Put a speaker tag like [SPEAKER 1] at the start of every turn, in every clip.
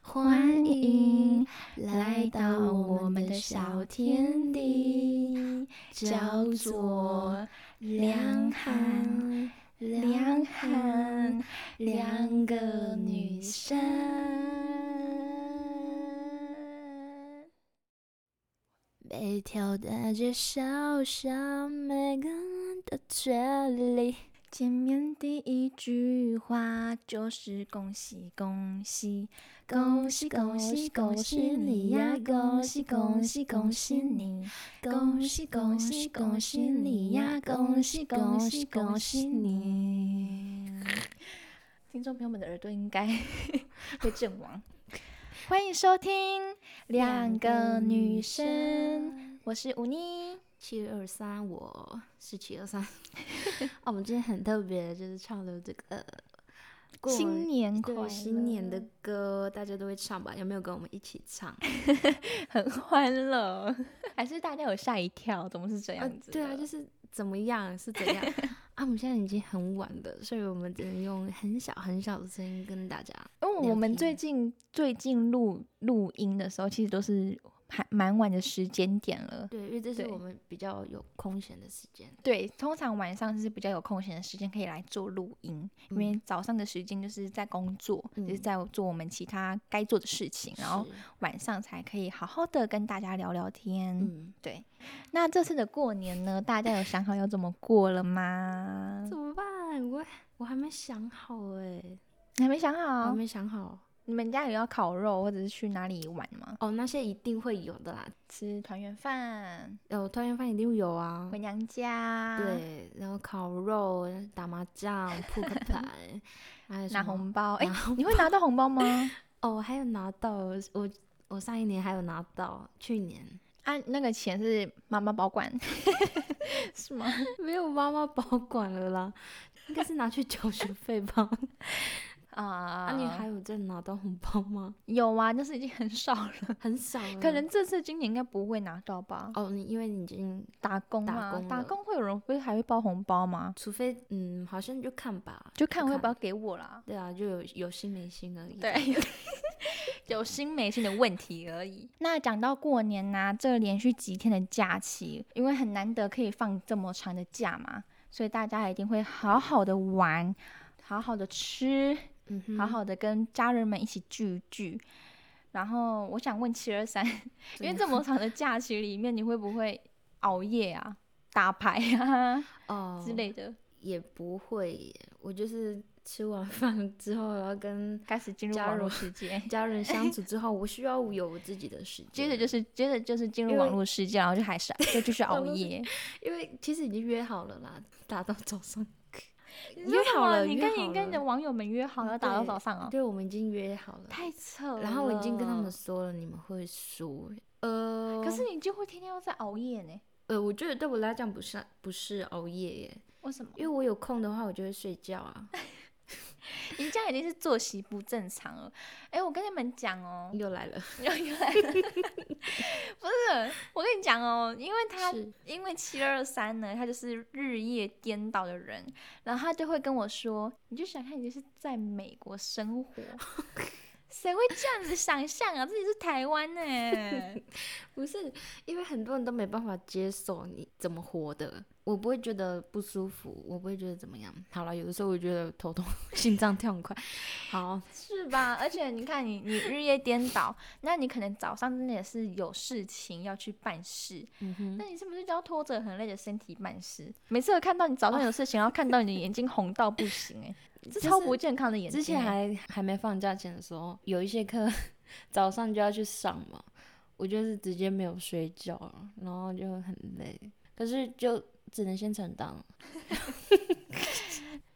[SPEAKER 1] 欢迎来到我们的小天地，叫做两韩，两韩，两个女生。北条大街小巷，每个人的嘴里。见面第一句话就是恭喜恭喜，恭喜恭喜恭喜你呀，恭喜恭喜恭喜你，恭喜恭喜恭喜你呀，恭喜恭喜恭喜你。听众朋友们的耳朵应该 会阵亡。欢迎收听《两个女生》，我是吴妮。
[SPEAKER 2] 七二三，我是七二三。 啊，我们今天很特别，就是唱了这个呃过
[SPEAKER 1] 新年快
[SPEAKER 2] 对
[SPEAKER 1] 乐，
[SPEAKER 2] 新年的歌，大家都会唱吧？有没有跟我们一起唱？
[SPEAKER 1] 很欢乐， 呃还是大家有吓一跳？怎么是这
[SPEAKER 2] 啊
[SPEAKER 1] 样子、
[SPEAKER 2] 对啊，就是是怎么样是怎样 啊？我们现在已经很晚了，所以我们只能用很小很小的声音跟大家。
[SPEAKER 1] 因为我
[SPEAKER 2] 聊
[SPEAKER 1] 们
[SPEAKER 2] 天
[SPEAKER 1] 最近最近录录音的时候，其实都是还蛮晚的时间点了。
[SPEAKER 2] 对，因为这是
[SPEAKER 1] 对
[SPEAKER 2] 我们比较有空闲的时间。
[SPEAKER 1] 对，通常晚上是比较有空闲的时间可以来做录音，因为早上的时间就是在工作，就是
[SPEAKER 2] 嗯
[SPEAKER 1] 在做我们其他该做的事情，然后
[SPEAKER 2] 是
[SPEAKER 1] 晚上才可以好好的跟大家聊聊天。
[SPEAKER 2] 嗯，
[SPEAKER 1] 对，那这次的过年呢，大家有想好要怎么过了吗？
[SPEAKER 2] 怎么办？我我还没想好哎、
[SPEAKER 1] 你还没想
[SPEAKER 2] 我还
[SPEAKER 1] 好？哦
[SPEAKER 2] 没想好。
[SPEAKER 1] 你们家有要烤肉或者是去哪里玩吗？
[SPEAKER 2] 哦，那些一定会有的啦。
[SPEAKER 1] 吃团圆饭，
[SPEAKER 2] 哦，团圆饭一定会有啊。
[SPEAKER 1] 回娘家，，
[SPEAKER 2] 对，然后烤肉、打麻将、扑 克牌，还有什
[SPEAKER 1] 拿
[SPEAKER 2] 么
[SPEAKER 1] 红包。哎、
[SPEAKER 2] 拿红
[SPEAKER 1] 你会拿到红包吗？
[SPEAKER 2] 哦，我还有拿到，我我上一年还有拿到，去年
[SPEAKER 1] 啊，那个钱是妈妈保管， 是吗？
[SPEAKER 2] 没有妈妈保管了啦，应该是拿去交学费吧。
[SPEAKER 1] 啊、
[SPEAKER 2] 啊，你还有再拿到红包吗？
[SPEAKER 1] 有啊，但是已经很少了。
[SPEAKER 2] 很少欸了，
[SPEAKER 1] 可能这次今年应该不会拿到吧？
[SPEAKER 2] 哦，你因为你已经，
[SPEAKER 1] 打工
[SPEAKER 2] 打
[SPEAKER 1] 嘛，
[SPEAKER 2] 工
[SPEAKER 1] 打
[SPEAKER 2] 了
[SPEAKER 1] 工会有人会还会包红包吗？
[SPEAKER 2] 除非嗯，好像就看吧，
[SPEAKER 1] 就看会
[SPEAKER 2] 看
[SPEAKER 1] 不要给我啦。
[SPEAKER 2] 对啊，就有有心没心而已。，
[SPEAKER 1] 对，有心没心的问题而已。那讲到过年呐、这连续几天的假期，因为很难得可以放这么长的假嘛，所以大家一定会好好的玩，好好的吃，
[SPEAKER 2] 嗯哼，
[SPEAKER 1] 好好的跟家人们一起聚一聚。然后我想问七二三，因为这 么长的假期里面，你会不会熬夜啊、打牌啊
[SPEAKER 2] 哦
[SPEAKER 1] 之类的？
[SPEAKER 2] 也不会耶，我就是吃完饭之后，然后跟
[SPEAKER 1] 开始进入
[SPEAKER 2] 加
[SPEAKER 1] 网络
[SPEAKER 2] 入
[SPEAKER 1] 世 界，
[SPEAKER 2] 家人相处之后，我需要有我自己的时间。
[SPEAKER 1] 接着就是接着就是进入
[SPEAKER 2] 因为
[SPEAKER 1] 网络世界，然后就还是 就继续熬
[SPEAKER 2] 网络世
[SPEAKER 1] 夜。
[SPEAKER 2] 因为其实已经约好了啦，打到早上。
[SPEAKER 1] 你说
[SPEAKER 2] 约
[SPEAKER 1] 什
[SPEAKER 2] 好
[SPEAKER 1] 么
[SPEAKER 2] 了
[SPEAKER 1] 你
[SPEAKER 2] 约
[SPEAKER 1] 跟
[SPEAKER 2] 好
[SPEAKER 1] 你跟你的
[SPEAKER 2] 了
[SPEAKER 1] 网友们约好要打到
[SPEAKER 2] 对
[SPEAKER 1] 早上哦，
[SPEAKER 2] 对，我们已经约好了。
[SPEAKER 1] 太扯了。
[SPEAKER 2] 然后我已经跟他们，说嗯了，你们会输。呃，
[SPEAKER 1] 可是你就会天天要在熬夜呢？
[SPEAKER 2] 呃，我觉得对我来讲不是不是熬夜耶，
[SPEAKER 1] 为什么？
[SPEAKER 2] 因为我有空的话，我就会睡觉 啊。
[SPEAKER 1] 你这样已经是作息不正常了。哎，我跟你们讲哦，
[SPEAKER 2] 又来了，
[SPEAKER 1] 又又来了不是，我跟你讲哦，因为他
[SPEAKER 2] 是
[SPEAKER 1] 因为七二三呢，他就是日夜颠倒的人，然后他就会跟我说，你就想看你就是在美国生 活。谁会这样子想象啊？自己是台湾呢、
[SPEAKER 2] 不是因为很多人都没办法接受你怎么活的，我不会觉得不舒服，我不会觉得怎么样。好了，有的时候我觉得头痛， 心脏跳很快。好，
[SPEAKER 1] 是吧？而且你看你，你日夜颠倒，那你可能早上真的也是有事情要去办事，
[SPEAKER 2] 嗯哼，
[SPEAKER 1] 那你是不是就要拖着很累的身体办事？每次我看到你早上有事情，然后看到你的眼睛红到不行、 欸，这
[SPEAKER 2] 就
[SPEAKER 1] 超
[SPEAKER 2] 是
[SPEAKER 1] 不健康的眼睛、
[SPEAKER 2] 之前
[SPEAKER 1] 欸
[SPEAKER 2] 还还没放假前的时候，有一些课 早上就要去上嘛，我就是直接没有睡觉，然后就很累，可是就只能先承 担。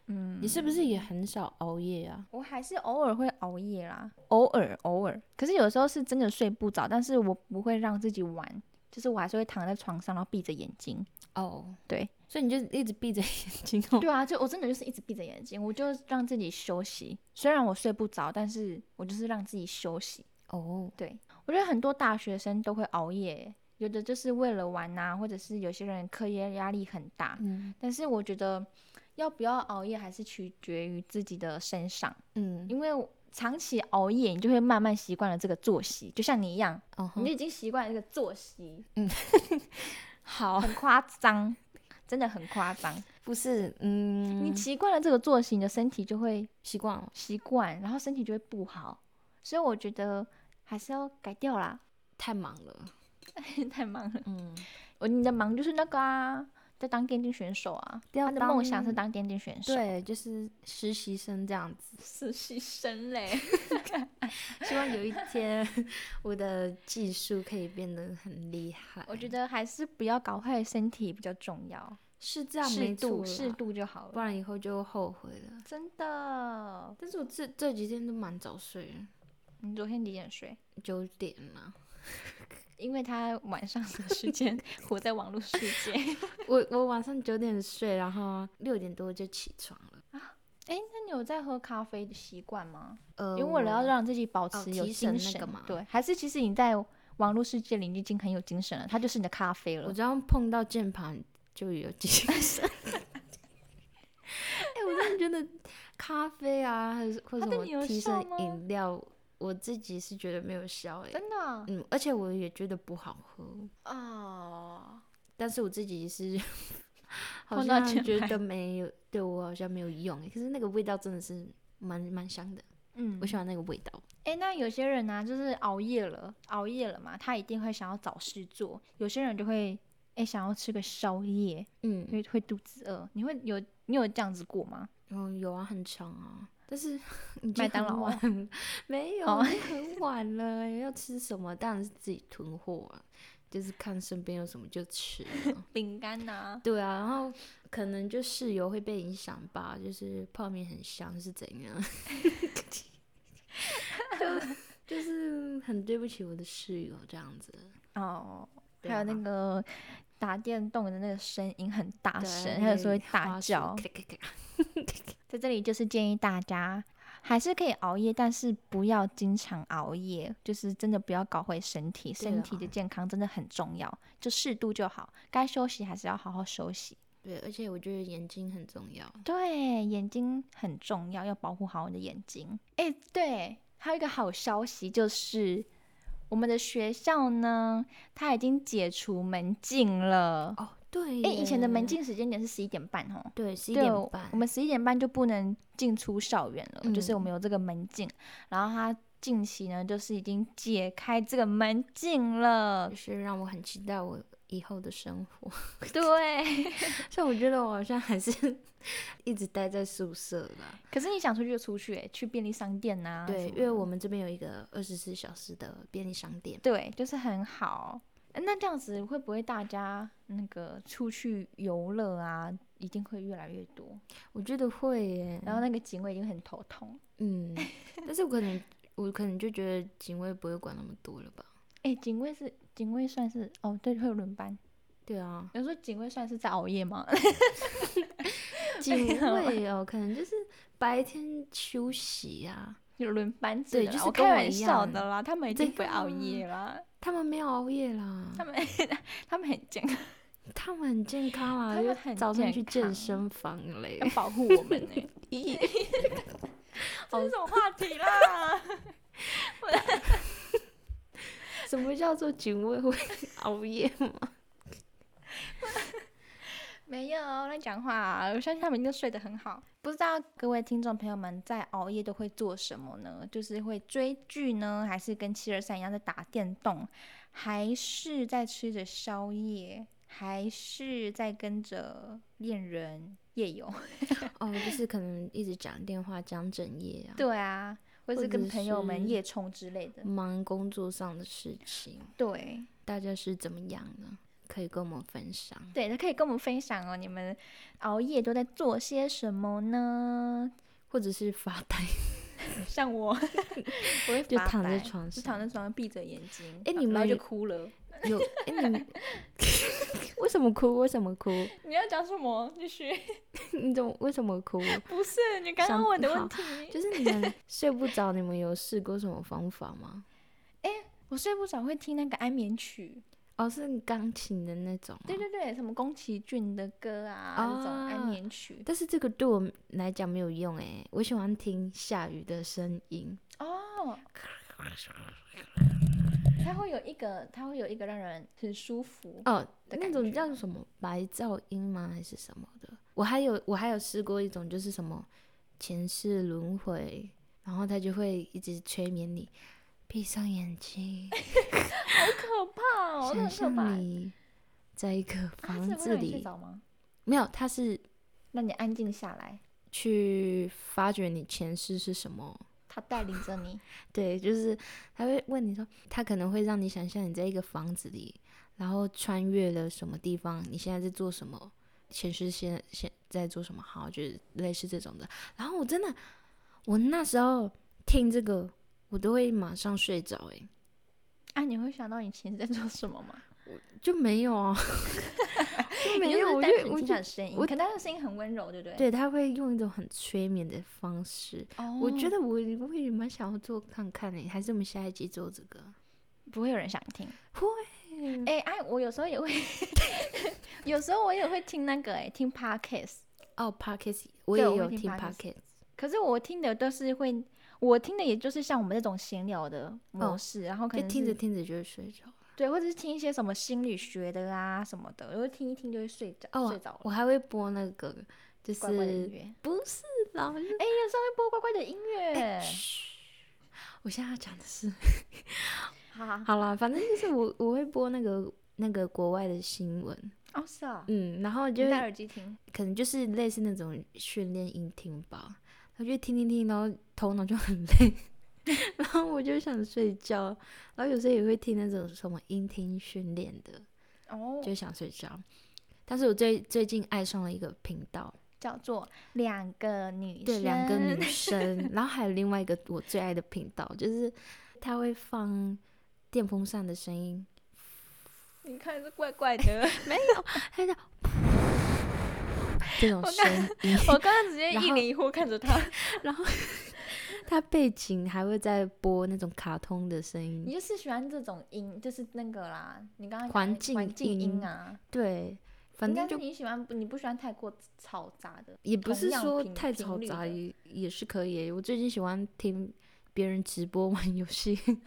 [SPEAKER 1] 嗯，
[SPEAKER 2] 你是不是也很少熬夜啊？
[SPEAKER 1] 我还是偶尔会熬夜啦，偶尔偶尔，可是有时候是真的睡不着，但是我不会让自己玩，就是我还是会躺在床上，然后闭着眼睛。
[SPEAKER 2] 哦，
[SPEAKER 1] 对，
[SPEAKER 2] 所以你就一直闭着眼睛哦。
[SPEAKER 1] 对啊，就我真的就是一直闭着眼睛，我就让自己休息。虽然我睡不着，但是我就是让自己休息。
[SPEAKER 2] 哦，
[SPEAKER 1] 对我觉得很多大学生都会熬夜，有的就是为了玩呐、或者是有些人课业压力很大。
[SPEAKER 2] 嗯
[SPEAKER 1] 但是我觉得要不要熬夜还是取决于自己的身上，
[SPEAKER 2] 嗯，
[SPEAKER 1] 因为长期熬夜，你就会慢慢习惯了这个作息，就像你一样，
[SPEAKER 2] 哦吼
[SPEAKER 1] 你就已经习惯了这个作息，
[SPEAKER 2] 好，
[SPEAKER 1] 很夸张，真的很夸张。
[SPEAKER 2] 不是，嗯，
[SPEAKER 1] 你习惯了这个作息，你的身体就会
[SPEAKER 2] 习惯了。
[SPEAKER 1] 习惯，然后身体就会不好。所以我觉得还是要改掉啦，
[SPEAKER 2] 太忙了，
[SPEAKER 1] 太忙了。
[SPEAKER 2] 嗯，
[SPEAKER 1] 我你的忙就是那个啊，在当电竞选手啊，
[SPEAKER 2] 要
[SPEAKER 1] 他的梦想
[SPEAKER 2] 当
[SPEAKER 1] 是当电竞选手，，
[SPEAKER 2] 对，就是实习生这样子。
[SPEAKER 1] 实习生嘞。
[SPEAKER 2] 希望有一天我的技术可以变得很厉害。
[SPEAKER 1] 我觉
[SPEAKER 2] 得
[SPEAKER 1] 得还是不要搞坏身体比较重要，
[SPEAKER 2] 是这样，
[SPEAKER 1] 适
[SPEAKER 2] 没
[SPEAKER 1] 度
[SPEAKER 2] 错
[SPEAKER 1] 适
[SPEAKER 2] 啦，
[SPEAKER 1] 度就好
[SPEAKER 2] 不
[SPEAKER 1] 了。
[SPEAKER 2] 然以后就后悔了。
[SPEAKER 1] 真的，
[SPEAKER 2] 但是我这这几天都蛮早睡的，
[SPEAKER 1] 你昨天几点睡？
[SPEAKER 2] 九点了。
[SPEAKER 1] 因为他晚上的时间 活在网络世界。
[SPEAKER 2] 我我晚上九点睡，然后六点多就起床了。
[SPEAKER 1] 哎，那你有在喝咖啡的习惯吗？
[SPEAKER 2] 呃，
[SPEAKER 1] 因为为了要
[SPEAKER 2] 我
[SPEAKER 1] 让自己保
[SPEAKER 2] 哦
[SPEAKER 1] 持有
[SPEAKER 2] 提
[SPEAKER 1] 精
[SPEAKER 2] 神
[SPEAKER 1] 神，
[SPEAKER 2] 那个嘛
[SPEAKER 1] 对，还是其实你在网络世界里你已经很有精神了，它就是你的咖啡了
[SPEAKER 2] 我。这样碰到键盘就有精神。哎、我真的觉得咖啡啊，还是或者
[SPEAKER 1] 它
[SPEAKER 2] 什
[SPEAKER 1] 对
[SPEAKER 2] 么
[SPEAKER 1] 你有
[SPEAKER 2] 提
[SPEAKER 1] 效
[SPEAKER 2] 神
[SPEAKER 1] 吗
[SPEAKER 2] 饮料，我自己是觉得没有效哎、
[SPEAKER 1] 真的啊
[SPEAKER 2] 嗯，而且我也觉得不好喝，
[SPEAKER 1] 哦，
[SPEAKER 2] 但是我自己 是好
[SPEAKER 1] 碰到
[SPEAKER 2] 像
[SPEAKER 1] 键
[SPEAKER 2] 觉
[SPEAKER 1] 盘
[SPEAKER 2] 得没有，对我好像没有用欸。可是那个味道真的是蛮蛮香的，
[SPEAKER 1] 嗯
[SPEAKER 2] 我喜欢那个味道。
[SPEAKER 1] 哎，那有些人呢、就是熬夜了，熬夜了嘛，他一定会想要找事做。有些人就会哎想要吃个宵夜，
[SPEAKER 2] 嗯
[SPEAKER 1] 因为会肚子饿。你会有你有这样子过吗？
[SPEAKER 2] 嗯，有啊，很长啊，但是 已经
[SPEAKER 1] 麦当
[SPEAKER 2] 很
[SPEAKER 1] 劳啊
[SPEAKER 2] 晚了没有，
[SPEAKER 1] 哦
[SPEAKER 2] 已经很晚了，欸要吃什么当然是自己囤货啊，就是看身边有什么就吃啊
[SPEAKER 1] 饼干呐、
[SPEAKER 2] 对啊，然后可能就室友会被影响吧，就是泡面很香是怎样？ 就就是很对不起我的室友这样子，
[SPEAKER 1] 哦，
[SPEAKER 2] 对
[SPEAKER 1] 还有那
[SPEAKER 2] 啊
[SPEAKER 1] 个打电动的那个声音很大
[SPEAKER 2] 对啊
[SPEAKER 1] 声，
[SPEAKER 2] 那
[SPEAKER 1] 啊还有
[SPEAKER 2] 个
[SPEAKER 1] 时候会
[SPEAKER 2] 花
[SPEAKER 1] 大
[SPEAKER 2] 束
[SPEAKER 1] 叫。
[SPEAKER 2] 咔咔咔
[SPEAKER 1] 在这里就是建议大家还是可以熬夜，但是不要经常熬夜，就是真的不要搞坏身体，
[SPEAKER 2] 对啊
[SPEAKER 1] 身体的健康真的很重要，就适度就好，该休息还是要好好休息。
[SPEAKER 2] 对，而且我觉得眼睛很重要，
[SPEAKER 1] 对，眼睛很重要，要保护好你的眼睛。哎，对，还有一个好消息就是，我们的学校呢，它已经解除门禁了。
[SPEAKER 2] 哦，对，
[SPEAKER 1] 哎，以前的门，禁时间点是十一点半哦。
[SPEAKER 2] 对，十一
[SPEAKER 1] 对，
[SPEAKER 2] 点
[SPEAKER 1] 我
[SPEAKER 2] 半嗯
[SPEAKER 1] 我，们十一点半就不能进出校园了，就是我们有这个门禁。然后他近期呢，就是已经解开这个门禁了
[SPEAKER 2] 就。是让我很期待我以后的生活。
[SPEAKER 1] 对，
[SPEAKER 2] 像我觉得我好像还是 一直待在宿舍吧。
[SPEAKER 1] 可是你想出去就出去、欸，去便利商店呐、
[SPEAKER 2] 对，
[SPEAKER 1] 啊什么
[SPEAKER 2] 因为我们这边有一个二十四小时的便利商店。
[SPEAKER 1] 对，就是很好。呃那这样子会不会大家那个出去游乐啊，一定会越来越多？
[SPEAKER 2] 我觉得会耶，
[SPEAKER 1] 然后那个警卫已经很头痛。
[SPEAKER 2] 嗯，但是我可能我可能就觉得警卫不会管那么多了吧？
[SPEAKER 1] 哎、警卫是警卫算是哦，对，会有轮班。
[SPEAKER 2] 对啊，
[SPEAKER 1] 有时候警卫算是在熬夜吗？
[SPEAKER 2] 警卫哦，可能就是白天休息啊，
[SPEAKER 1] 有轮班制
[SPEAKER 2] 对
[SPEAKER 1] 的啦
[SPEAKER 2] 就是
[SPEAKER 1] 我
[SPEAKER 2] 跟
[SPEAKER 1] 开
[SPEAKER 2] 我
[SPEAKER 1] 玩
[SPEAKER 2] 一
[SPEAKER 1] 笑
[SPEAKER 2] 样
[SPEAKER 1] 的啦，他们已
[SPEAKER 2] 对
[SPEAKER 1] 经不会熬夜啦，
[SPEAKER 2] 他们没有熬夜啦，
[SPEAKER 1] 他们他们很健康，
[SPEAKER 2] 他们很健康啦，
[SPEAKER 1] 他们
[SPEAKER 2] 就
[SPEAKER 1] 很
[SPEAKER 2] 早上
[SPEAKER 1] 健
[SPEAKER 2] 去健
[SPEAKER 1] 康
[SPEAKER 2] 身房 嘞
[SPEAKER 1] 要。保护我们呢、
[SPEAKER 2] 咦，
[SPEAKER 1] 这是什么话题啦？
[SPEAKER 2] 什么叫做警卫会 熬夜吗？
[SPEAKER 1] 没有乱讲话、啊我相信他们一定睡得很好。不知道各位听众朋友们在熬夜都会做什么呢？就是会追剧呢，还是跟七二三一样在打电动，还是在吃着宵夜，还是在跟着恋人夜游？
[SPEAKER 2] 哦，就是可能一直讲电话讲整夜啊，
[SPEAKER 1] 对啊，或
[SPEAKER 2] 或
[SPEAKER 1] 是嗯跟
[SPEAKER 2] 者
[SPEAKER 1] 朋友们
[SPEAKER 2] 是
[SPEAKER 1] 夜冲之类的。
[SPEAKER 2] 忙工作上的事情，
[SPEAKER 1] 对，
[SPEAKER 2] 大家是怎么样呢？可以跟我们分享。
[SPEAKER 1] 对，那可以跟我们分享哦，你们熬夜都在做些什么呢？
[SPEAKER 2] 或者是发呆，
[SPEAKER 1] 像 我，我会
[SPEAKER 2] 就
[SPEAKER 1] 发
[SPEAKER 2] 躺在
[SPEAKER 1] 呆
[SPEAKER 2] 床
[SPEAKER 1] 就躺
[SPEAKER 2] 上
[SPEAKER 1] 在床上闭着眼睛，
[SPEAKER 2] 诶
[SPEAKER 1] 然
[SPEAKER 2] 你
[SPEAKER 1] 然后
[SPEAKER 2] 们
[SPEAKER 1] 就
[SPEAKER 2] 也
[SPEAKER 1] 哭了。
[SPEAKER 2] 有哎、你们为什么哭？为什么哭？
[SPEAKER 1] 你要讲什么？继续，
[SPEAKER 2] 你怎么为什么哭？
[SPEAKER 1] 不是你刚刚
[SPEAKER 2] 想
[SPEAKER 1] 问的问
[SPEAKER 2] 好
[SPEAKER 1] 题。
[SPEAKER 2] 就是你 们睡不着，你们有试过什么方法吗？
[SPEAKER 1] 我睡不着会听那个安眠曲，
[SPEAKER 2] 哦，是钢琴的那种、
[SPEAKER 1] 对，对对，什么宫崎骏的歌啊，那种安
[SPEAKER 2] 哦
[SPEAKER 1] 眠曲
[SPEAKER 2] 但是这个对我来讲没有用诶，我喜欢听下雨的声音。
[SPEAKER 1] 哦，它会有一个，它会有一个让人很舒服。
[SPEAKER 2] 哦，
[SPEAKER 1] 的
[SPEAKER 2] 那
[SPEAKER 1] 感
[SPEAKER 2] 种
[SPEAKER 1] 觉
[SPEAKER 2] 叫什么白噪音吗？还是什么的？我还有我还有试过一种，就是什么前世轮回，然后他就会一直催眠你，闭上眼睛，
[SPEAKER 1] 可怕哦，那
[SPEAKER 2] 想
[SPEAKER 1] 很可怕。
[SPEAKER 2] 象
[SPEAKER 1] 啊
[SPEAKER 2] 你在一个
[SPEAKER 1] 它
[SPEAKER 2] 房
[SPEAKER 1] 是会
[SPEAKER 2] 子
[SPEAKER 1] 让你睡
[SPEAKER 2] 里，
[SPEAKER 1] 着吗？
[SPEAKER 2] 没有，他是
[SPEAKER 1] 让你安静下来，
[SPEAKER 2] 去发掘你前世是什么。
[SPEAKER 1] 它带领着你。
[SPEAKER 2] 对，就是他会问你说，他可能会让你想象你在一个房子里，然后穿越了什么地方，你现在在做什么，前世现现在做什么，好，就是类似这种的。然后我真的，我那时候听这个，我都会马上睡着、欸，
[SPEAKER 1] 啊，你会想到你前世在做什么吗？
[SPEAKER 2] 就没有啊， 就 没
[SPEAKER 1] 你就
[SPEAKER 2] 有，
[SPEAKER 1] 是
[SPEAKER 2] 我
[SPEAKER 1] 单
[SPEAKER 2] 就
[SPEAKER 1] 纯
[SPEAKER 2] 我就
[SPEAKER 1] 听它的声音，
[SPEAKER 2] 我
[SPEAKER 1] 可它的声音很温柔，对不对？
[SPEAKER 2] 对他会用一种很催眠的方式。
[SPEAKER 1] 哦，
[SPEAKER 2] 我觉得我我也蛮想要做看看诶、还是我们下一集做这个？
[SPEAKER 1] 不会有人想听。
[SPEAKER 2] 会，嗯
[SPEAKER 1] 哎、哎、我有时候也会， 有时候我也会听那个哎、听 podcast，
[SPEAKER 2] 哦 p o d c a s t 我也
[SPEAKER 1] 对我会
[SPEAKER 2] 有
[SPEAKER 1] 听
[SPEAKER 2] 听 p o d
[SPEAKER 1] podcast
[SPEAKER 2] c a s t
[SPEAKER 1] 可是我听的都是会，我听的也就是像我们这种闲聊的模
[SPEAKER 2] 哦
[SPEAKER 1] 式，然后可
[SPEAKER 2] 就
[SPEAKER 1] 能
[SPEAKER 2] 听着
[SPEAKER 1] 是
[SPEAKER 2] 听着就会睡着。
[SPEAKER 1] 对，或者是听一些什么心理学的啊什么的，我就听一听就会睡着，
[SPEAKER 2] 哦
[SPEAKER 1] 睡着了。
[SPEAKER 2] 我还会播那个，就是
[SPEAKER 1] 乖乖的音乐，
[SPEAKER 2] 不是啦， 就是
[SPEAKER 1] 哎、有时候会播乖乖的音乐，
[SPEAKER 2] 嘘我现在要讲的是，
[SPEAKER 1] 好好好
[SPEAKER 2] 好啦，反正就是我我会播那个那个国外的新闻，
[SPEAKER 1] 哦是啊、
[SPEAKER 2] 嗯，然后
[SPEAKER 1] 你
[SPEAKER 2] 就
[SPEAKER 1] 戴耳机听，
[SPEAKER 2] 可能就是类似那种训练音听吧，我就听听听，然后头脑就很累。 然后我就想睡觉，然后有时候也会听那种什么音听训练的，
[SPEAKER 1] 哦，
[SPEAKER 2] 就想睡觉。但是我最最近爱上了一个频道，
[SPEAKER 1] 叫做两个女生，
[SPEAKER 2] 对，两个 女 生，然后还有另外一个我最爱的频道，就是他会放电风扇的声音，
[SPEAKER 1] 你看是怪怪 的，
[SPEAKER 2] 还有这种
[SPEAKER 1] 我
[SPEAKER 2] 声音，
[SPEAKER 1] 我刚刚直 接
[SPEAKER 2] 然
[SPEAKER 1] 一
[SPEAKER 2] 后
[SPEAKER 1] 脸疑惑看着他，
[SPEAKER 2] 它背景还会在播那种卡通的声
[SPEAKER 1] 你
[SPEAKER 2] 音，
[SPEAKER 1] 就是喜欢这种音，就是那个啦，你刚刚讲
[SPEAKER 2] 环
[SPEAKER 1] 的
[SPEAKER 2] 境
[SPEAKER 1] 环境音
[SPEAKER 2] 音
[SPEAKER 1] 啊，
[SPEAKER 2] 对，反
[SPEAKER 1] 应
[SPEAKER 2] 正
[SPEAKER 1] 该是
[SPEAKER 2] 就
[SPEAKER 1] 你喜欢，你不喜欢太过嘈杂的，
[SPEAKER 2] 也不
[SPEAKER 1] 同
[SPEAKER 2] 是
[SPEAKER 1] 样
[SPEAKER 2] 说
[SPEAKER 1] 频
[SPEAKER 2] 太
[SPEAKER 1] 频
[SPEAKER 2] 嘈
[SPEAKER 1] 率
[SPEAKER 2] 杂，
[SPEAKER 1] 的
[SPEAKER 2] 也也是可以。我最近喜欢听别人直播玩游戏，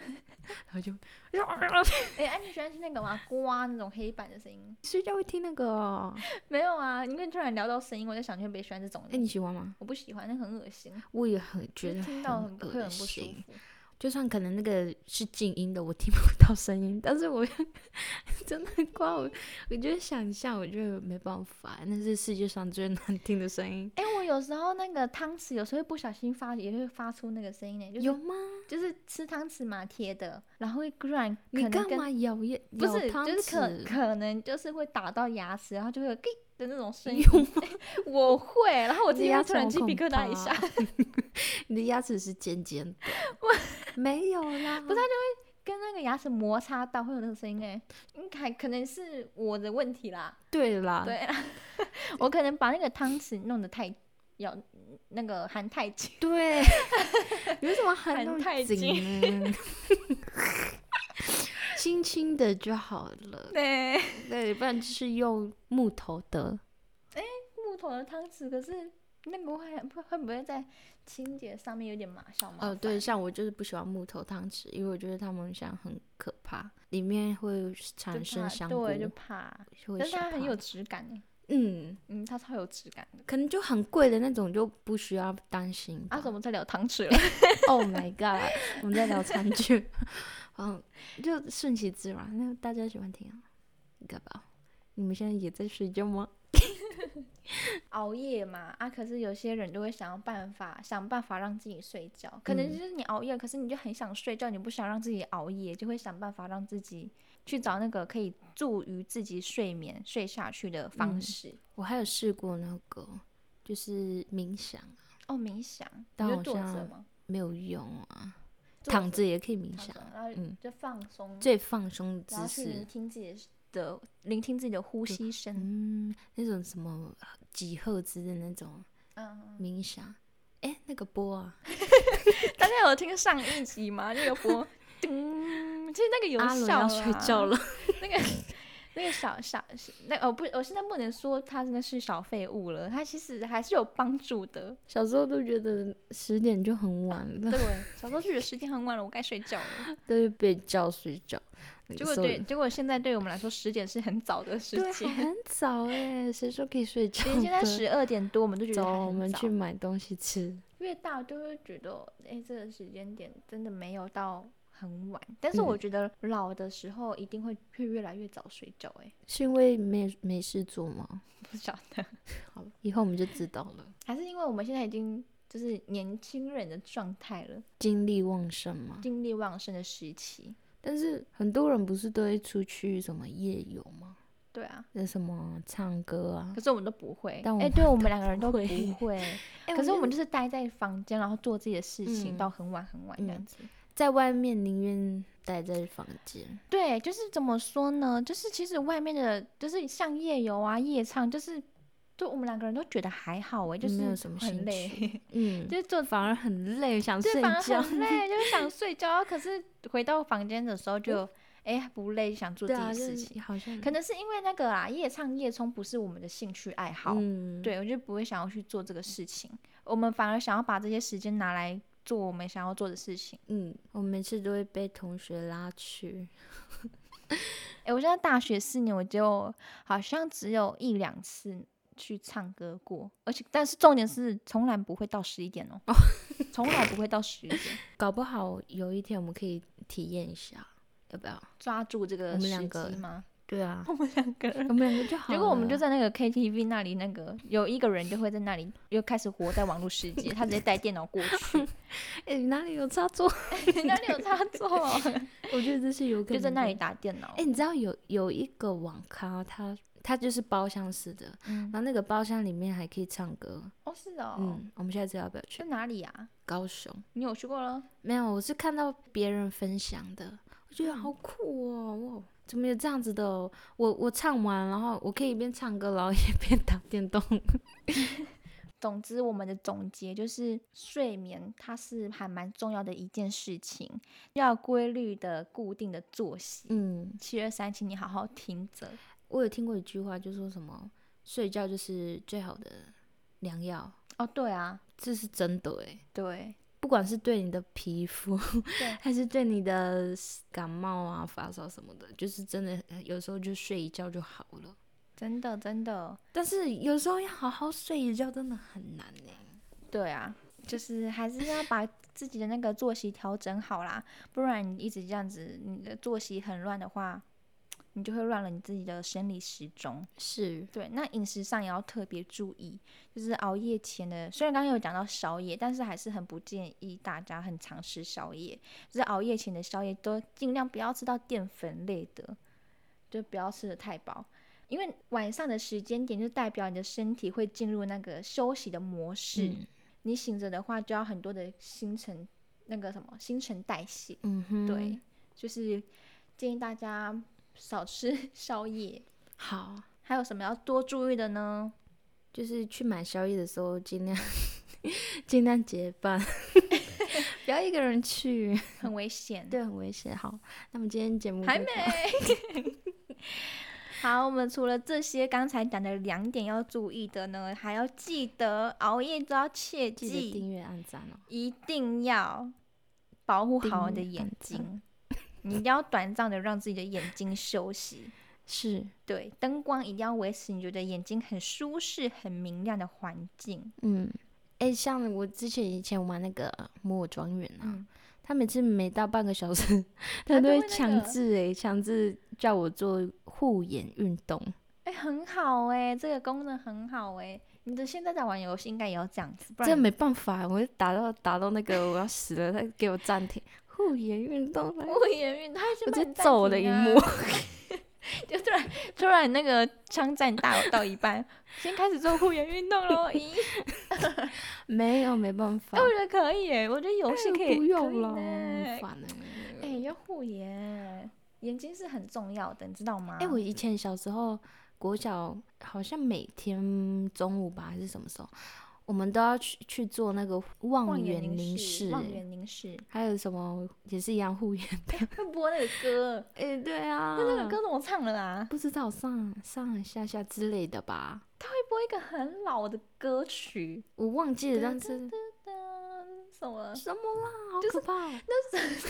[SPEAKER 2] 然 后就
[SPEAKER 1] 哎，哎，你喜欢听那个吗？刮那种黑板的声音？
[SPEAKER 2] 睡觉会听那个哦、
[SPEAKER 1] 没有啊，因为突然聊到声音，我就想你会不会喜欢这种
[SPEAKER 2] 哎、
[SPEAKER 1] 人？
[SPEAKER 2] 你喜欢吗？
[SPEAKER 1] 我不喜欢，那很恶心，
[SPEAKER 2] 我也很
[SPEAKER 1] 就
[SPEAKER 2] 觉得
[SPEAKER 1] 听到很
[SPEAKER 2] 恶
[SPEAKER 1] 会很不舒
[SPEAKER 2] 心
[SPEAKER 1] 服。
[SPEAKER 2] 就算可能那个是静音的，我听不到声音，但是我 真的光我，我觉得想象，我觉得没办法，那是世界上最难听的声音，
[SPEAKER 1] 哎，我有时候那个汤匙有时候会不小心发，也会发出那个声音呢，就是
[SPEAKER 2] 有吗？
[SPEAKER 1] 就是吃汤匙嘛贴的，然后会突然可
[SPEAKER 2] 你
[SPEAKER 1] 能
[SPEAKER 2] 干
[SPEAKER 1] 跟
[SPEAKER 2] 嘛咬牙
[SPEAKER 1] 不
[SPEAKER 2] 咬
[SPEAKER 1] 是，
[SPEAKER 2] 汤
[SPEAKER 1] 就是可
[SPEAKER 2] 匙？
[SPEAKER 1] 可能就是会打到牙齿，然后就会有 “gig” 的那种声音。
[SPEAKER 2] 有吗？
[SPEAKER 1] 我会，然后我
[SPEAKER 2] 你
[SPEAKER 1] 自
[SPEAKER 2] 的
[SPEAKER 1] 己
[SPEAKER 2] 牙
[SPEAKER 1] 会
[SPEAKER 2] 齿
[SPEAKER 1] 突然
[SPEAKER 2] 好
[SPEAKER 1] 鸡皮
[SPEAKER 2] 恐
[SPEAKER 1] 疙瘩一
[SPEAKER 2] 怖
[SPEAKER 1] 下，
[SPEAKER 2] 你的牙齿是尖尖 的，没有啦，
[SPEAKER 1] 不是啊跟那个牙齿摩擦到会有那个声音哎、应该可能是我的问题啦。
[SPEAKER 2] 对啦，
[SPEAKER 1] 对啦，我可能把那个汤匙弄得太咬那个含太紧，
[SPEAKER 2] 对，有什么含
[SPEAKER 1] 含
[SPEAKER 2] 那么
[SPEAKER 1] 太
[SPEAKER 2] 紧呢？ 轻轻的就好了，
[SPEAKER 1] 对，
[SPEAKER 2] 对，不然就是用木头的。
[SPEAKER 1] 木头的汤匙，可是那个会会会不会在清洁上面有点麻小 麻烦？
[SPEAKER 2] 哦，对，像我就是不喜欢木头汤匙，因为我觉得它们像很可怕，里面会
[SPEAKER 1] 就
[SPEAKER 2] 产
[SPEAKER 1] 怕
[SPEAKER 2] 生香菇，
[SPEAKER 1] 对，就怕，
[SPEAKER 2] 就会
[SPEAKER 1] 但是
[SPEAKER 2] 吓
[SPEAKER 1] 它很
[SPEAKER 2] 怕
[SPEAKER 1] 有质感哎、
[SPEAKER 2] 嗯，
[SPEAKER 1] 嗯，它超有质感的。
[SPEAKER 2] 可能就很贵的那种就不需要担心吧。
[SPEAKER 1] 啊，怎么在聊汤匙 了？
[SPEAKER 2] Oh my god，我们在聊餐具，嗯，就顺其自然，那大家喜欢听啊，应该吧？你们现在也在睡觉吗？
[SPEAKER 1] 熬夜嘛，啊，可是有些人就会想要办法，想办法让自己睡觉。可能
[SPEAKER 2] 嗯
[SPEAKER 1] 就是你熬夜，可是你就很想睡觉，你不想让自己熬夜，就会想办法让自己去找那个可以助于自己睡眠睡下去的方
[SPEAKER 2] 嗯
[SPEAKER 1] 式。
[SPEAKER 2] 我还有试过那个，就是冥想，
[SPEAKER 1] 哦，冥想，
[SPEAKER 2] 但
[SPEAKER 1] 你就
[SPEAKER 2] 好
[SPEAKER 1] 坐着
[SPEAKER 2] 像
[SPEAKER 1] 吗？
[SPEAKER 2] 没有用啊，
[SPEAKER 1] 坐
[SPEAKER 2] 躺着也可以冥
[SPEAKER 1] 躺
[SPEAKER 2] 想
[SPEAKER 1] 着，，然后
[SPEAKER 2] 嗯
[SPEAKER 1] 就放松，
[SPEAKER 2] 最放松的
[SPEAKER 1] 然后
[SPEAKER 2] 姿
[SPEAKER 1] 去
[SPEAKER 2] 势
[SPEAKER 1] 聆。听自己的聆听自己的呼吸声。
[SPEAKER 2] 嗯，那种什么几赫兹的那种
[SPEAKER 1] 嗯，
[SPEAKER 2] 冥想，哎、那个波啊，
[SPEAKER 1] 大 家有听上一集吗？那个播，噔，其实那个有
[SPEAKER 2] 阿伦
[SPEAKER 1] 效啊
[SPEAKER 2] 要睡
[SPEAKER 1] 啦
[SPEAKER 2] 觉了，
[SPEAKER 1] 那个那个小小那哦不，我现在不能说他真的是小废物了，他其实还是有帮助 的。
[SPEAKER 2] 小时候都觉得十点就很晚了，
[SPEAKER 1] 对，小时候就觉得时间很晚了，我该睡觉 了。
[SPEAKER 2] 都是被叫睡觉。
[SPEAKER 1] 结果
[SPEAKER 2] 所以
[SPEAKER 1] 对，结果现在对我们来说，十点是很早的时
[SPEAKER 2] 对，
[SPEAKER 1] 间。
[SPEAKER 2] 很早哎、谁说可以睡觉
[SPEAKER 1] 连现在
[SPEAKER 2] 的
[SPEAKER 1] 十二点多，我们都觉得
[SPEAKER 2] 走，
[SPEAKER 1] 还很
[SPEAKER 2] 我们
[SPEAKER 1] 早
[SPEAKER 2] 去买东西吃。
[SPEAKER 1] 越大就会觉得，哎，这个时间点真的没有到很晚。但是我
[SPEAKER 2] 嗯
[SPEAKER 1] 觉得老的时候一定会会越来越早睡觉、哎，
[SPEAKER 2] 是因为没没事做吗？
[SPEAKER 1] 不晓得，
[SPEAKER 2] 好了，以后我们就知道了。
[SPEAKER 1] 还是因为我们现在已经就是年轻人的状态了，
[SPEAKER 2] 精力旺盛嘛，
[SPEAKER 1] 精力旺盛的时期。
[SPEAKER 2] 但是很多人不是都会出去什么夜游吗？
[SPEAKER 1] 对啊，
[SPEAKER 2] 那什么唱歌啊
[SPEAKER 1] 可？是我们都不会。
[SPEAKER 2] 但我
[SPEAKER 1] 哎，
[SPEAKER 2] 们
[SPEAKER 1] 对我们两个人都
[SPEAKER 2] 不
[SPEAKER 1] 不
[SPEAKER 2] 会
[SPEAKER 1] 会。可是我们就是待在房间，然后做自己的事情，
[SPEAKER 2] 嗯
[SPEAKER 1] 到很晚很晚这样
[SPEAKER 2] 嗯
[SPEAKER 1] 子。
[SPEAKER 2] 在外面宁愿待在房间，
[SPEAKER 1] 对，就是怎么说呢？就是其实外面的，就是像夜游啊、夜唱，就是就我们两个人都觉得还好哎、就是
[SPEAKER 2] 没有什么
[SPEAKER 1] 很
[SPEAKER 2] 兴
[SPEAKER 1] 累，
[SPEAKER 2] 嗯，
[SPEAKER 1] 就是做
[SPEAKER 2] 反而很累，想
[SPEAKER 1] 对
[SPEAKER 2] 睡
[SPEAKER 1] 反而
[SPEAKER 2] 觉。
[SPEAKER 1] 很累，就是想睡觉。啊可是回到房间的时候就哎、不累，想做自
[SPEAKER 2] 对
[SPEAKER 1] 己
[SPEAKER 2] 啊，
[SPEAKER 1] 的
[SPEAKER 2] 就
[SPEAKER 1] 事
[SPEAKER 2] 是
[SPEAKER 1] 情。
[SPEAKER 2] 好像
[SPEAKER 1] 可能是因为那个啊，夜唱夜冲不是我们的兴趣爱好，
[SPEAKER 2] 嗯，
[SPEAKER 1] 对我就不会想要去做这个事情。我们反而想要把这些时间拿来做我们想要做的事情。
[SPEAKER 2] 嗯，我每次都会被同学拉去，
[SPEAKER 1] 哎、我现在大学四年，我就好像只有一两次去唱歌过，而且但是重点是从来不会到十一点哦，从来不会到十一点，
[SPEAKER 2] 搞不好有一天我们可以体验一下，要不要？
[SPEAKER 1] 抓住这个
[SPEAKER 2] 们
[SPEAKER 1] 时
[SPEAKER 2] 两个
[SPEAKER 1] 机吗？
[SPEAKER 2] 对啊，
[SPEAKER 1] 我们两个人
[SPEAKER 2] 我。们 两个就好了。
[SPEAKER 1] 结果我们就在那个 KTV 那里，那个有一个人就会在那里又开始活在网络世界，他直接带电脑 过去，
[SPEAKER 2] 哎、哪里有插座？
[SPEAKER 1] 哪里有插座？
[SPEAKER 2] 我觉得这是有可能
[SPEAKER 1] 就在那里
[SPEAKER 2] 的。
[SPEAKER 1] 打电脑。
[SPEAKER 2] 哎、你知道有有一个网咖，它它就是包厢式的，
[SPEAKER 1] 嗯
[SPEAKER 2] 然后那个包厢里面还可以唱歌。
[SPEAKER 1] 哦，是哦，
[SPEAKER 2] 嗯，我们下次要不要去
[SPEAKER 1] 在哪里啊？
[SPEAKER 2] 高雄？
[SPEAKER 1] 你有去过了？
[SPEAKER 2] 没有，我是看到别人分享的，我觉得好酷哦！哇，怎么有这样子的哦、我我唱完，然后我可以一边唱歌，然后一边打电动。
[SPEAKER 1] 总之，我们的总结就是，睡眠它是还蛮重要的一件事情，要有规律的、固定的作息。
[SPEAKER 2] 嗯，
[SPEAKER 1] 七二三，请你好好听着。
[SPEAKER 2] 我有听过一句话，就说什么睡觉就是最好的良药，
[SPEAKER 1] 哦，对啊，
[SPEAKER 2] 这是真的诶，
[SPEAKER 1] 对
[SPEAKER 2] 不管是对你的皮肤，
[SPEAKER 1] 对
[SPEAKER 2] 还是对你的感冒啊、发烧什么的，就是真的呃有时候就睡一觉就好了。
[SPEAKER 1] 真的真的，
[SPEAKER 2] 但是有时候要好好睡一觉真的很难欸呢、
[SPEAKER 1] 对啊，就是还是要把自己的那个作息调整好啦，不然你一直这样子，你的作息很乱的话，你就会乱了你自己的生理时钟。
[SPEAKER 2] 是，
[SPEAKER 1] 对，那饮食上也要特别注意，就是熬夜前的，虽然刚刚有讲到宵夜，但是还是很不建议大家很常吃宵夜，就是熬夜前的宵夜都尽量不要吃到淀粉类的，就不要吃的太饱，因为晚上的时间点就代表你的身体会进入那个休息的模式，
[SPEAKER 2] 嗯
[SPEAKER 1] 你醒着的话就要很多的新陈那个什么新陈代谢，
[SPEAKER 2] 嗯哼，
[SPEAKER 1] 对，就是建议大家少吃 宵夜。
[SPEAKER 2] 好，
[SPEAKER 1] 还有什么要多注意的呢？
[SPEAKER 2] 就是去买宵夜的时候，尽量 尽量结伴， 不要一个人去，
[SPEAKER 1] 很危险。，
[SPEAKER 2] 对，很危险。好，那么今天节目
[SPEAKER 1] 还
[SPEAKER 2] 就
[SPEAKER 1] 没
[SPEAKER 2] 到。
[SPEAKER 1] 好，我们除了这些刚才讲的两点要注意的呢，还要记得熬夜都要切
[SPEAKER 2] 记得
[SPEAKER 1] 记，
[SPEAKER 2] 订阅、按赞哦。
[SPEAKER 1] 一定要保护好你的
[SPEAKER 2] 订阅
[SPEAKER 1] 眼
[SPEAKER 2] 按赞
[SPEAKER 1] 睛，你一定要短暂的让自己的眼睛休息。
[SPEAKER 2] 是，
[SPEAKER 1] 对，灯光一定要维持你觉得眼睛很舒适、很明亮的环境。
[SPEAKER 2] 嗯，哎、像我之前以前玩那个摩尔庄园啊，
[SPEAKER 1] 嗯
[SPEAKER 2] 他每次每到半个小 时，他都
[SPEAKER 1] 他都
[SPEAKER 2] 会
[SPEAKER 1] 会那
[SPEAKER 2] 强
[SPEAKER 1] 个
[SPEAKER 2] 制哎、强制叫我做护眼运动。
[SPEAKER 1] 哎、很好哎、这个功能很好哎、你的现在在玩游戏应该也要这样子，不
[SPEAKER 2] 真的
[SPEAKER 1] 然
[SPEAKER 2] 没办法，我就打到打到那个我要死了，他给我暂停护眼运动来，
[SPEAKER 1] 不言运，他就
[SPEAKER 2] 我直
[SPEAKER 1] 把你
[SPEAKER 2] 接
[SPEAKER 1] 暂
[SPEAKER 2] 揍我的
[SPEAKER 1] 停
[SPEAKER 2] 荧
[SPEAKER 1] 啊
[SPEAKER 2] 幕。
[SPEAKER 1] 就突然突然那个枪战大到一半，先开始做护眼运动 喽！咦，
[SPEAKER 2] 没有，没办法
[SPEAKER 1] 哎，我，觉得可以耶，我觉得游戏可以，
[SPEAKER 2] 哦哎不用了，
[SPEAKER 1] 可以
[SPEAKER 2] 很
[SPEAKER 1] 呢
[SPEAKER 2] 烦哎、
[SPEAKER 1] 哎、要护眼，眼睛是很重要的，你知道吗？
[SPEAKER 2] 哎、我以前小时候国小好像每天中午吧还是什么时候，我们都要去去做那个望
[SPEAKER 1] 望
[SPEAKER 2] 远
[SPEAKER 1] 远凝
[SPEAKER 2] 视，哎
[SPEAKER 1] 望远凝视，
[SPEAKER 2] 还有什么也是一样护 眼标。
[SPEAKER 1] 会播那个歌，
[SPEAKER 2] 哎、对啊，
[SPEAKER 1] 那那个歌怎么唱了啦？
[SPEAKER 2] 不知道上上下下之类的吧，
[SPEAKER 1] 他会播一个很老的歌曲，
[SPEAKER 2] 我忘记了，但
[SPEAKER 1] 噔
[SPEAKER 2] 是
[SPEAKER 1] 噔噔什么？
[SPEAKER 2] 什么啦，好可怕哦、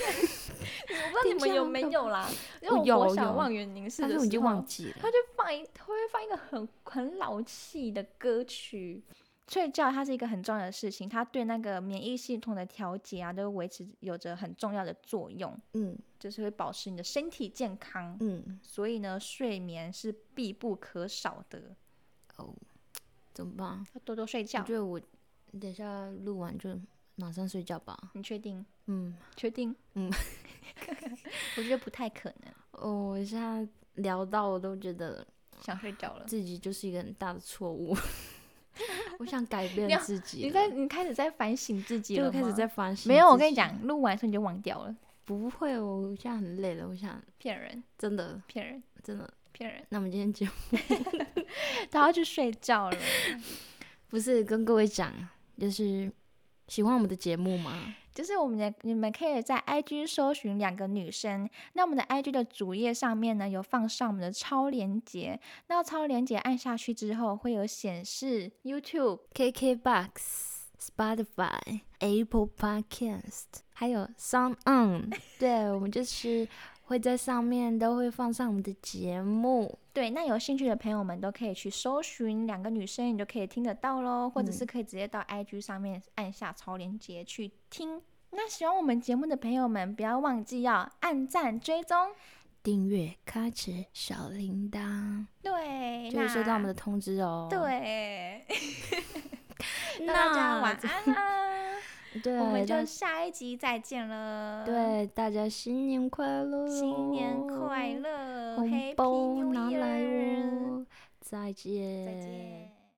[SPEAKER 1] 我不知道你
[SPEAKER 2] 听起
[SPEAKER 1] 们
[SPEAKER 2] 来
[SPEAKER 1] 有
[SPEAKER 2] 很
[SPEAKER 1] 没
[SPEAKER 2] 可
[SPEAKER 1] 有啦，因
[SPEAKER 2] 我
[SPEAKER 1] 为
[SPEAKER 2] 有
[SPEAKER 1] 我国小
[SPEAKER 2] 有
[SPEAKER 1] 望远凝视
[SPEAKER 2] 但
[SPEAKER 1] 的
[SPEAKER 2] 是我已经
[SPEAKER 1] 时候
[SPEAKER 2] 忘记了
[SPEAKER 1] 他。就放一，他会放一个很很老气的歌曲。睡觉它是一个很重要的事情，它对那个免疫系统的调节啊，都维持有着很重要的作用，
[SPEAKER 2] 嗯
[SPEAKER 1] 就是会保持你的身体健康。
[SPEAKER 2] 嗯，
[SPEAKER 1] 所以呢，睡眠是必不可少的，
[SPEAKER 2] 哦，怎么办？
[SPEAKER 1] 要多多睡
[SPEAKER 2] 我
[SPEAKER 1] 觉
[SPEAKER 2] 觉。得我等一下录完就马上睡觉吧。
[SPEAKER 1] 你确定？
[SPEAKER 2] 嗯，
[SPEAKER 1] 确定？
[SPEAKER 2] 嗯，
[SPEAKER 1] 我觉得不太可能。
[SPEAKER 2] 哦，我现在聊到我都觉得
[SPEAKER 1] 想睡觉了。
[SPEAKER 2] 自己就是一个很大的错误， 我想改变
[SPEAKER 1] 你要
[SPEAKER 2] 自己了。
[SPEAKER 1] 你在你开始在反省自己了
[SPEAKER 2] 就
[SPEAKER 1] 吗，
[SPEAKER 2] 开始在反省。
[SPEAKER 1] 没有，我跟你，讲，录完的时候你就忘掉了，
[SPEAKER 2] 不会，我现在很累了，我想
[SPEAKER 1] 骗人，
[SPEAKER 2] 真的
[SPEAKER 1] 骗人，
[SPEAKER 2] 真的。
[SPEAKER 1] 骗人，
[SPEAKER 2] 那我们今天就
[SPEAKER 1] 他要去睡觉了。
[SPEAKER 2] 不是跟各位讲，就是喜欢我们的节目 吗？
[SPEAKER 1] 就是我们的，你们可以在 IG 搜寻两个女生。那我们的 IG 的主页上面呢，有放上我们的超链接。那超链接按下去之后，会有显示 YouTube。
[SPEAKER 2] KKBox、Spotify、Apple Podcast，还有 Sound On，对我们就是会在上面都会放上我们的节目。
[SPEAKER 1] 对，那有兴趣的朋友们都可以去搜寻两个女生，你就可以听得到喽，或者
[SPEAKER 2] 嗯
[SPEAKER 1] 是可以直接到 IG 上面按下超链接去听。那喜欢我们节目的朋友们，不要忘记要按赞追踪。
[SPEAKER 2] 订阅、开启小铃铛，
[SPEAKER 1] 对，
[SPEAKER 2] 就会收到我们的
[SPEAKER 1] 的。
[SPEAKER 2] 通知哦。
[SPEAKER 1] 对，
[SPEAKER 2] 那，
[SPEAKER 1] 那大家晚安啦、
[SPEAKER 2] 对，
[SPEAKER 1] 我们就
[SPEAKER 2] 大
[SPEAKER 1] 下一集再见了。，
[SPEAKER 2] 对大家新年快乐，哦
[SPEAKER 1] 新年快，乐
[SPEAKER 2] 红
[SPEAKER 1] ，Happy
[SPEAKER 2] 包
[SPEAKER 1] New
[SPEAKER 2] 拿来哦
[SPEAKER 1] Year！
[SPEAKER 2] 哦，再见，
[SPEAKER 1] 再见。